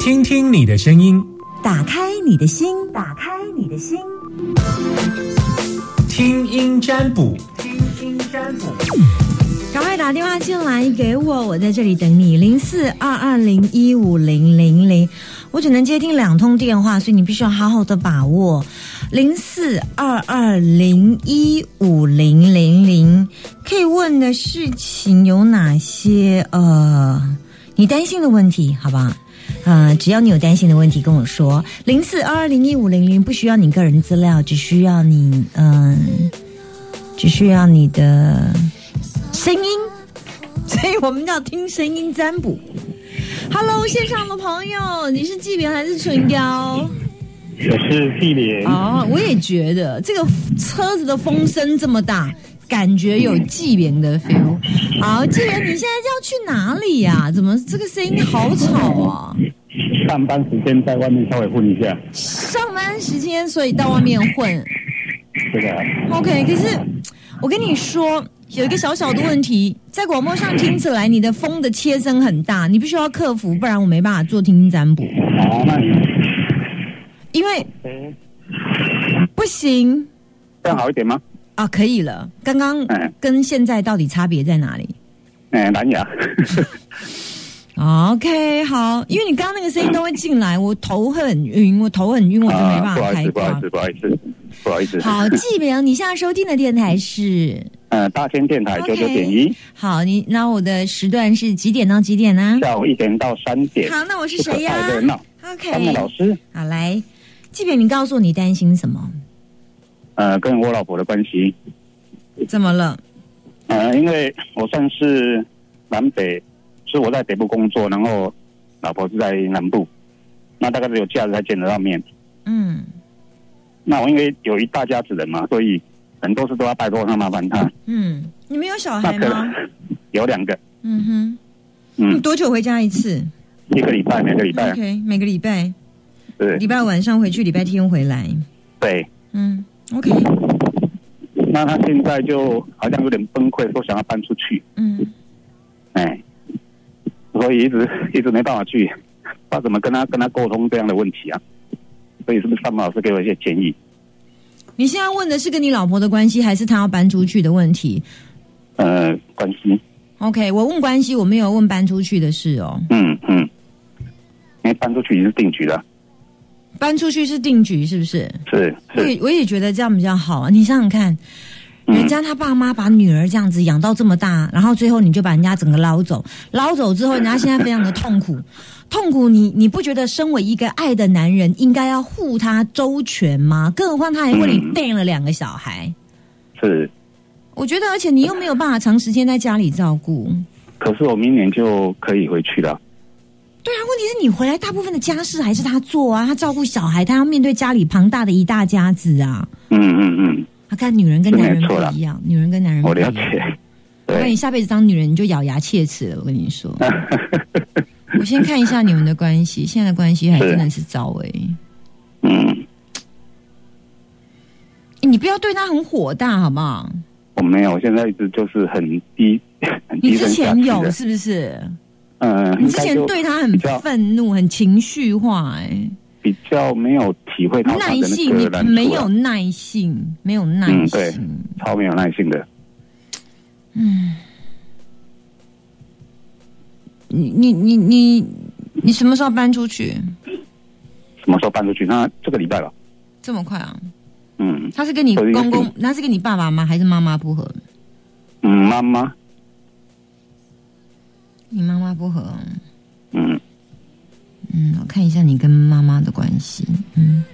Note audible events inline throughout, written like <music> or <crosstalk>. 听听你的声音，打开你的心，打开你的心，听音占卜，听音占卜。赶快打电话进来给我，我在这里等你，零四二二零一五零零零。我只能接听两通电话，所以你必须要好好的把握零四二二零一五零零零。可以问的事情有哪些？呃，你担心的问题，好吧？呃，只要你有担心的问题跟我说，零四二二零一五零零，不需要你个人资料，只需要你，嗯、只需要你的声音，所以我们要听声音占卜。Hello，现场的朋友，你是纪元还是唇膏？我是屁脸，哦，我也觉得这个车子的风声这么大，感觉有纪元的 feel。好，纪元，你现在要去哪里呀、怎么这个声音好吵啊？上班时间在外面稍微混一下，上班时间，所以到外面混。这个 OK，可是我跟你说，有一个小小的问题，在广播上听起来你的风的切声很大，你必须要克服，不然我没办法做听音占卜，好，那你因为嗯不行这样好一点吗？啊，可以了。刚刚嗯跟现在到底差别在哪里？哎，蓝 <laughs> 牙， OK，好，因为你刚刚那个声音都会进来，我头会很晕，我头很晕，我就哦没办 <laughs> 啊不法好意开思，不好挂意。思，不好意思，不好意思。好，纪明，你现在收听的电台是呃，大千电台九九点一，好，你那我的时段是几点到几点呢、下午一点到三点。好，哎那我是谁呀、不可太热闹。他们老 OK，师，好来，纪明，你告诉我你担心什么？呃，跟我老婆的关系，怎么了？呃，因为我算是南北，是我在北部工作，然后老婆是在南部，那大概只有假日才见得到面。嗯那我因为有一大家子人嘛，所以很多事都要拜托他麻烦他。嗯，你们有小那孩可吗？能有两个，嗯哼，你嗯，多久回家一次一个礼拜，每个礼拜， ？OK，每个礼拜，对礼拜晚上回去，礼拜天回来。对。嗯，OK，那他现在就好像有点崩溃，说想要搬出去，嗯。哎，所以一直 <laughs> 一直没办法去，不知道怎么跟他跟他沟通这样的问题啊。所以是不是范老师给我一些建议？你现在问的是跟你老婆的关系，还是她要搬出去的问题呃，关系， ？OK，我问关系，我没有问搬出去的事哦。嗯嗯，因为搬出去已经是定局了，搬出去是定局，是不是？是我是，也我也觉得这样比较好啊。你想想看，嗯人家他爸妈把女儿这样子养到这么大，然后最后你就把人家整个捞走，捞走之后，人家现在非常的痛 <laughs> 苦，痛苦你。你不觉得身为一个爱的男人，应该要护他周全吗？更何况他还为你嗯带了两个小孩，是。我觉得，而且你又没有办法长时间在家里照顾。可是我明年就可以回去了，对啊，问题是你回来大部分的家事还是他做啊，他照顾小孩，他要面对家里庞大的一大家子啊。嗯嗯嗯，啊，看女人跟男人是没不错啦一样，女人跟男人不我一了样。解，那对你，下辈子当女人，你就咬牙切齿了。我跟你 <laughs> 说，我先看一下你们的关系，现在的关系还真的是糟哎、嗯，诶哎你不要对他很火大，好不好？我没有，我现在一直就是很低， <laughs> 很低你之声下前气有的，是不是？嗯，你应之该前就对他很比较愤怒、很情绪化、比较没有体会哎，到他耐的那性，个你难处啊没有耐性，没有耐嗯性。对超没有耐性的，你你你你你什么时候搬出去？什么时候搬出去？那这个礼拜吧，这么快啊？嗯他是跟你所以公是公，他是跟你爸爸吗？还是妈妈不和？嗯，妈妈，你妈妈不和哦。嗯，嗯，我看一下你跟妈妈的关系。嗯，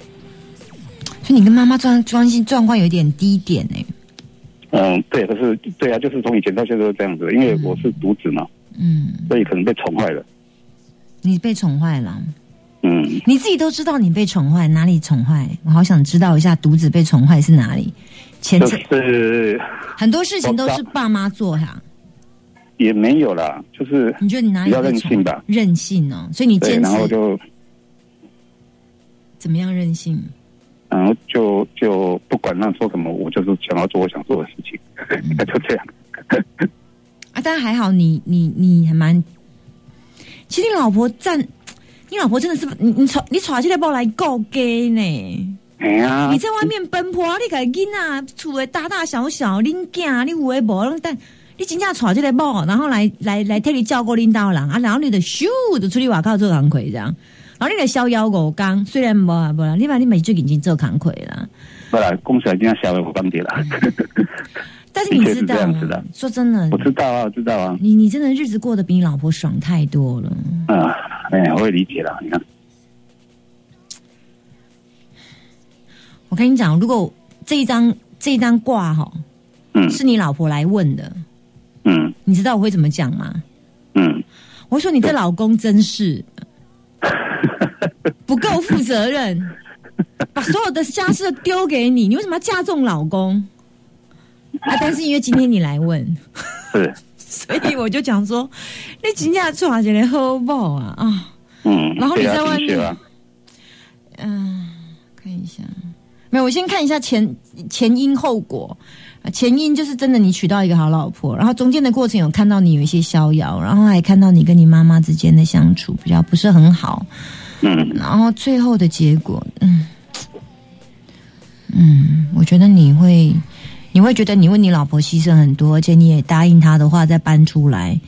所以你跟妈妈状关系状况有点低点欸呢、嗯，对，可是对啊，就是从以前到现在都是这样子，因为我是独子嘛，嗯，所以可能被宠坏了，你被宠坏了，嗯，你自己都知道你被宠坏，哪里宠坏？我好想知道一下，独子被宠坏是哪里？前就程是很多事情都是爸妈做哈、也没有啦，就是你觉得你哪里比较被任宠性吧？任性哦，所以你对，坚然后持就怎么样任性？然后就就不管他说什么，我就是想要做我想做的事情， <laughs> 就这样。啊，但还好你你你还蛮，其实你老婆占你老婆真的是你你吵你吵起来把我来告 gay 呢？哎呀你，在外面奔波，你个囡啊，厝的大大小小，恁囝你有诶无拢等，你真正娶这个某，然后来来来替你照顾恁家人啊，然后你就咻就出去外口做工课这样，然后你来逍遥五工，虽然无啊无啦，你把你咪最近已经做工课啦。不啦，公司已经小了我半点了。嗯但是你知道的确是这样吗子的？说真的我，知道啊，我知道啊，你你真的日子过得比你老婆爽太多了。啊，哎，我也理解了。你看，我跟你讲，如果这一张这一张卦哈嗯是你老婆来问的，嗯你知道我会怎么讲吗？嗯，我说你这老公真是不够负责任，把所有的家事都丢给你，你为什么要嫁中老公？啊！但是因为今天你来问， <laughs> 是，所以我就讲说，你今天出来来喝爆啊啊！嗯，然后你对啊在外的确面啊，嗯、看一下，没有，我先看一下前前因后果。啊前因就是真的你娶到一个好老婆，然后中间的过程有看到你有一些逍遥，然后还看到你跟你妈妈之间的相处比较不是很好，嗯，然后最后的结果，嗯，嗯，我觉得你会，你会觉得你为你老婆牺牲很多，而且你也答应她的话再搬出来，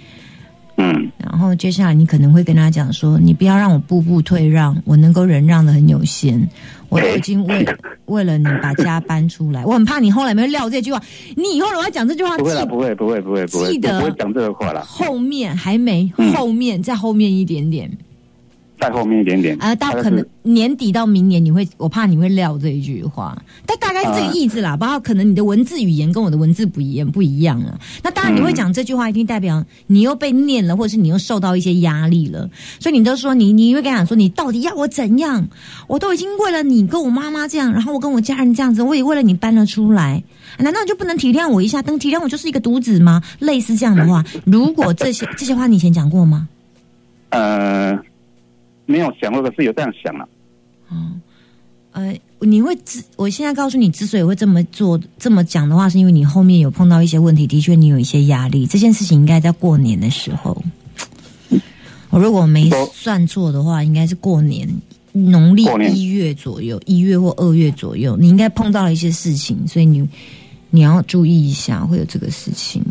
嗯，然后接下来你可能会跟她讲说，你不要让我步步退让，我能够忍让的很有限， <laughs> 我都已经为为了你把家搬出来，我很怕你后来没有料这句话，你以后如果要讲这句话，不会啦，记不会，不会，不会，不会，记得我不会讲这个话啦，后面还没，嗯后面、再后面一点点，在后面一点点。啊，到大概可能是年底到明年，你会，我怕你会撂这一句话，但大概是这个意思啦。包括可能你的文字语言跟我的文字不一样，不一样啊。那当然你会讲这句话，一定代表你又被念了，或者是你又受到一些压力了。所以你都说你，你会跟他讲说，你到底要我怎样？我都已经为了你跟我妈妈这样，然后我跟我家人这样子，我也为了你搬了出来，难道你就不能体谅我一下？能体谅我就是一个独子吗？类似这样的话，如果这些这些话你以前讲过吗？呃，没有想过，可是有这样想啊了。呃，你会之，我现在告诉你，之所以会这么做、这么讲的话，是因为你后面有碰到一些问题，的确你有一些压力。这件事情应该在过年的时候，我如果没都算错的话，应该是过年农历过年一月左右，哦一月或二月左右，你应该碰到了一些事情，所以你你要注意一下，会有这个事情。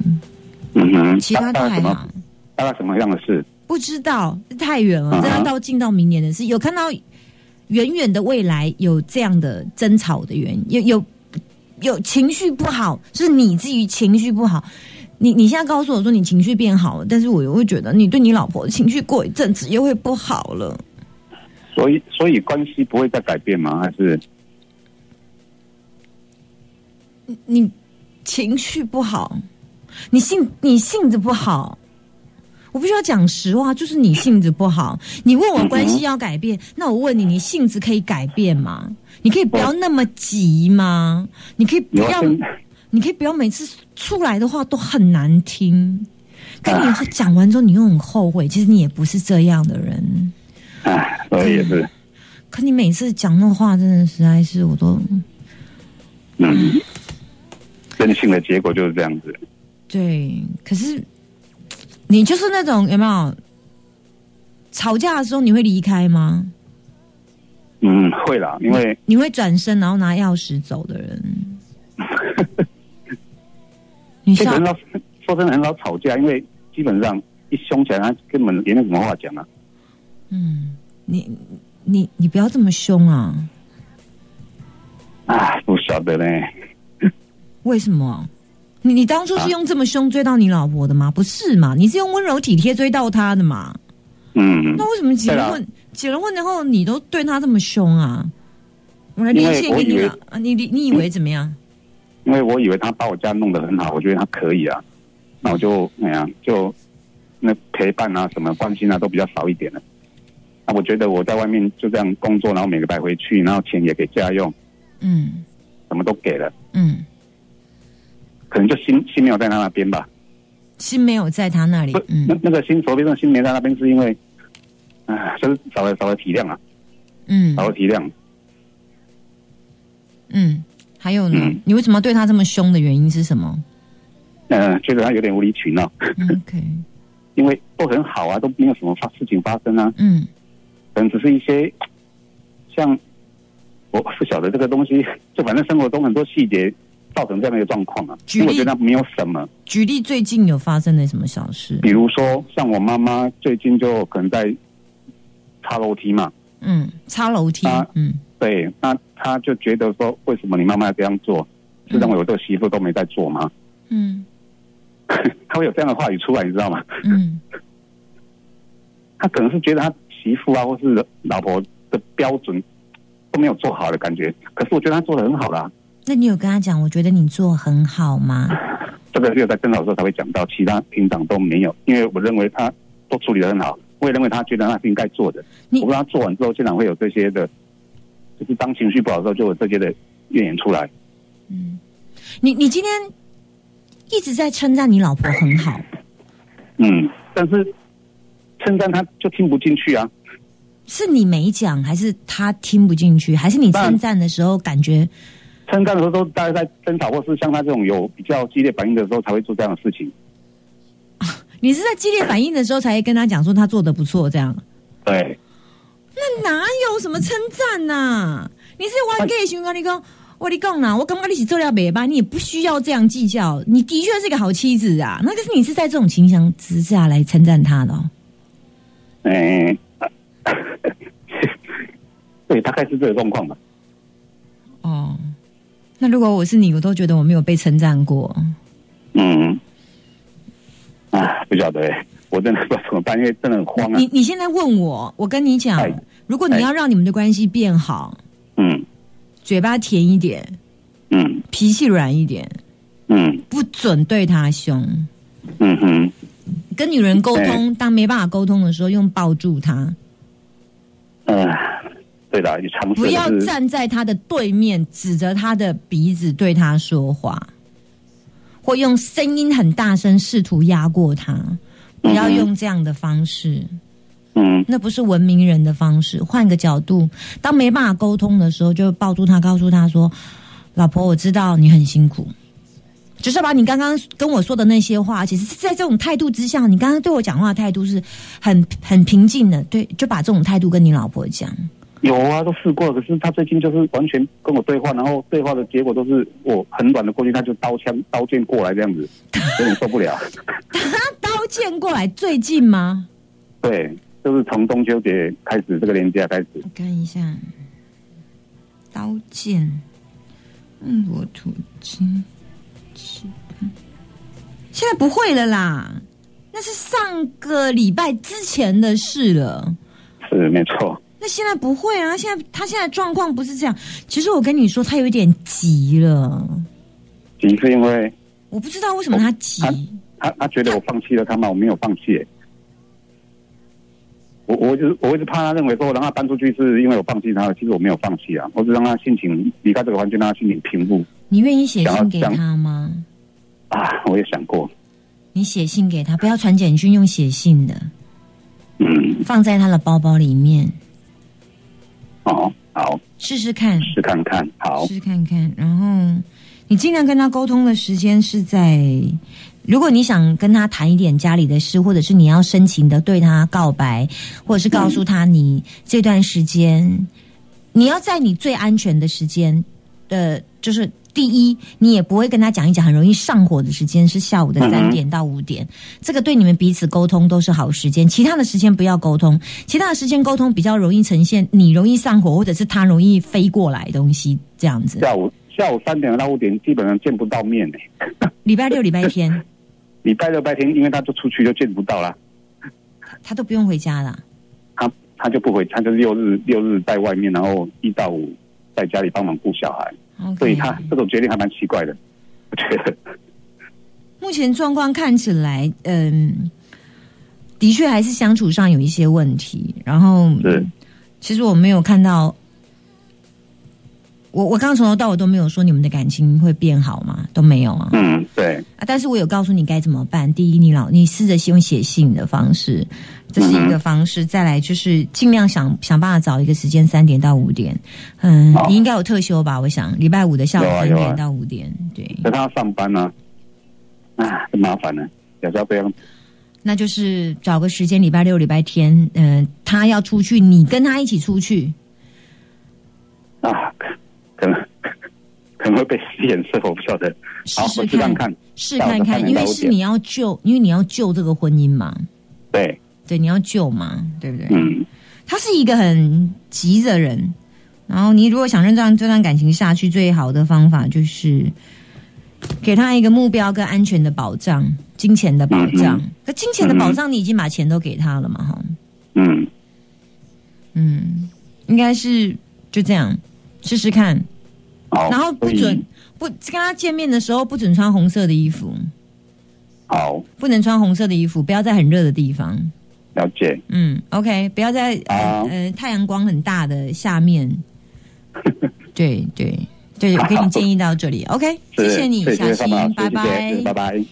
嗯哼，啊其他都大概还什好么，，大概什么样的事？不知道太远了，嗯哼这要到近到明年的事，有看到远远的未来有这样的争吵的原因，有有有情绪不好，就是你自己情绪不好。你你现在告诉我说你情绪变好了，但是我又会觉得你对你老婆的情绪过一阵子又会不好了。所以，所以关系不会再改变吗？还是你情绪不好，你性你性子不好。我必须要讲实话，就是你性子不好。你问我关系要改变，那我问你，你性子可以改变吗？你可以不要那么急吗？你可以不有啊要，现你可以不要每次出来的话都很难听。跟你讲完之后，你又很后悔，其实你也不是这样的人。唉，哎所以也是，可你每次讲那话，真的实在是我都嗯，任性的结果就是这样子。对，可是你就是那种有没有吵架的时候你会离开吗？嗯，会啦，因为你会转身然后拿钥匙走的人？ <laughs> 你这个笑很，少，说真的很少吵架，因为基本上一凶起来，他根本也没什么话讲啊。嗯，你你你不要这么凶啊！唉，啊不晓得呢，为什么？啊你你当初啊是用这么凶追到你老婆的吗？不是嘛？你是用温柔体贴追到她的嘛？嗯，那为什么结了对啦婚，结了婚然后你都对她这么凶啊？我来因连为线我给以你为了啊！你你你以为怎么样？因为我以为他把我家弄得很好，我觉得他可以啊，那我就哎呀、就那陪伴啊，什么关心啊，都比较少一点了。那我觉得我在外面就这样工作，然后每个礼拜回去，然后钱也给家用，嗯什么都给了，嗯。可能就心心没有在他那边吧。心没有在他那里不，，嗯那那个心所谓的心没在那边，是因为，唉，就是少了少了体谅啊，嗯少了体谅。嗯，还有呢，嗯你为什么对他这么凶的原因是什 <laughs> 么嗯、觉得他有点无理取闹，嗯？OK，因为都很好啊，都没有什么发事情发生啊。嗯可能只是一些像我不晓得这个东西， <laughs> 就反正生活中很多细节造成这样的一个状况啊。举因例为我觉得没有什么，举例最近有发生的什么小事？比如说像我妈妈最近就可能在爬楼梯嘛，嗯，擦楼梯啊，嗯对，那她就觉得说，为什么你妈妈要这样做？是认为我这个媳妇都没在做吗？嗯 <laughs> 她会有这样的话语出来，你知道吗？嗯她可能是觉得她媳妇啊，或是老婆的标准都没有做好的感觉。可是我觉得她做的很好啦、那你有跟他讲？我觉得你做很好吗？这个只有在争吵的时候才会讲到，其他平常都没有，因为我认为他都处理得很好，我也认为他觉得那是应该做的。你我不知道他做完之后，经常会有这些的，就是当情绪不好的时候，就有这些的怨言出来。你你今天一直在称赞你老婆很好，嗯，但是称赞他就听不进去啊。是你没讲，还是他听不进去，还是你那称赞的时候感觉称赞的时候都大概在争吵，或是像他这种有比较激烈反应的时候，才会做这样的事情。你是在激烈反应的时候才跟他讲说他做的不错这样？对，那哪有什么称赞呐？你是哎 one gay 熊跟你讲，我跟你讲啦，我刚刚你起做料北吧，你也不需要这样计较，你的确是个好妻子啊。那个是你是在这种情形之下来称赞他的、哦，哎、 <laughs> 对，大概是这个状况吧。哦，那如果我是你，我都觉得我没有被称赞过。嗯，啊，不晓得、欸，我真的不知道怎么办，因为真的很慌啊你。你现在问我，我跟你讲哎，如果你要让你们的关系变好，嗯嘴巴甜一点，嗯脾气软一点，嗯不准对他凶。嗯哼，跟女人沟通，哎当没办法沟通的时候，用抱住她，嗯、对的，你尝试不要的是，站在她的对面，指着她的鼻子对她说话，或用声音很大声试图压过她。不要嗯哼用这样的方式，嗯那不是文明人的方式。换个角度，当没办法沟通的时候，就抱住他，告诉他说：“老婆，我知道你很辛苦，就是把你刚刚跟我说的那些话，其实是在这种态度之下，你刚刚对我讲话的态度是很很平静的，对，就把这种态度跟你老婆讲。有啊，都试过，可是他最近就是完全跟我对话，然后对话的结果都是我很软的过去，他就刀枪刀剑过来 <laughs> 这样子，有点受不了。刀剑过来最近吗？对，就是从中秋节开始，这个年假开始，我看一下，刀剑，嗯，我土金，现在不会了啦，那是上个礼拜之前的事了。是没错。那现在不会啊，现在他现在状况不是这样。其实我跟你说，他有点急了，仅是因为我不知道为什么他急。他他他觉得我放弃了他嘛，我没有放弃欸、我我就是我一直怕他认为说我让他搬出去是因为我放弃他了，其实我没有放弃啊，我只让他心情离开这个环境，让他心情平复你愿意写想要信给讲他吗？啊。我也想过，你写信给他，不要传简讯，用写信的，嗯，放在他的包包里面哦，好，试试看。试看看，好，试看看，然后你尽量跟他沟通的时间是在，如果你想跟他谈一点家里的事，或者是你要深情的对他告白，或者是告诉他你这段时间，你要在你最安全的时间，呃，就是第一，你也不会跟他讲一讲很容易上火的时间是下午的嗯三哼点到五点，这个对你们彼此沟通都是好时间，其他的时间不要沟通，其他的时间沟通比较容易呈现你容易上火，或者是他容易飞过来的东西这样子。下午下午三点到五点基本上见不到面呢、礼拜六、礼拜天礼拜六白天因为他就出去就见不到啦，他都不用回家啦。他他就不回，他就六日六日在外面，然后一到五在家里帮忙顾小孩，所以 OK，他这种决定还蛮奇怪的，我觉得。目前状况看起来，嗯，的确还是相处上有一些问题。然后，是其实我没有看到，我我刚刚从头到尾都没有说你们的感情会变好吗？都没有啊。嗯，对，啊，但是我有告诉你该怎么办。第一，你老你试着用写信的方式，这是一个方式。再来就是尽量想想办法找一个时间，三点到五点。嗯，好你应该有特休吧？我想礼拜五的下午有啊三有啊点到五点，对。啊可他要上班呢、啊，啊，真麻烦了、有时候这样，那就是找个时间，礼拜六、礼拜天，嗯、他要出去，你跟他一起出去。啊，可可能可能会被吸眼色，我不晓得。试好，试我试看看，看。试看下午看，的因8点到为5是点你要救，因为你要救这个婚姻嘛，对，对，你要救嘛，对不对？嗯，他是一个很急的人，然后你如果想让这段这段感情下去，最好的方法就是给他一个目标跟安全的保障，金钱的保障。嗯可金钱的保障，你已经把钱都给他了嘛，哈，嗯，嗯，应该是就这样试试看，好。然后不所以准不跟他见面的时候不准穿红色的衣服，好，不能穿红色的衣服，不要在很热的地方。了解。嗯，OK，不要在呃好呃太阳光很大的下面。 <laughs> 对对对，我给你好建议到这里。OK，谢是谢你，谢小谢范新老师，，拜谢谢，是拜拜。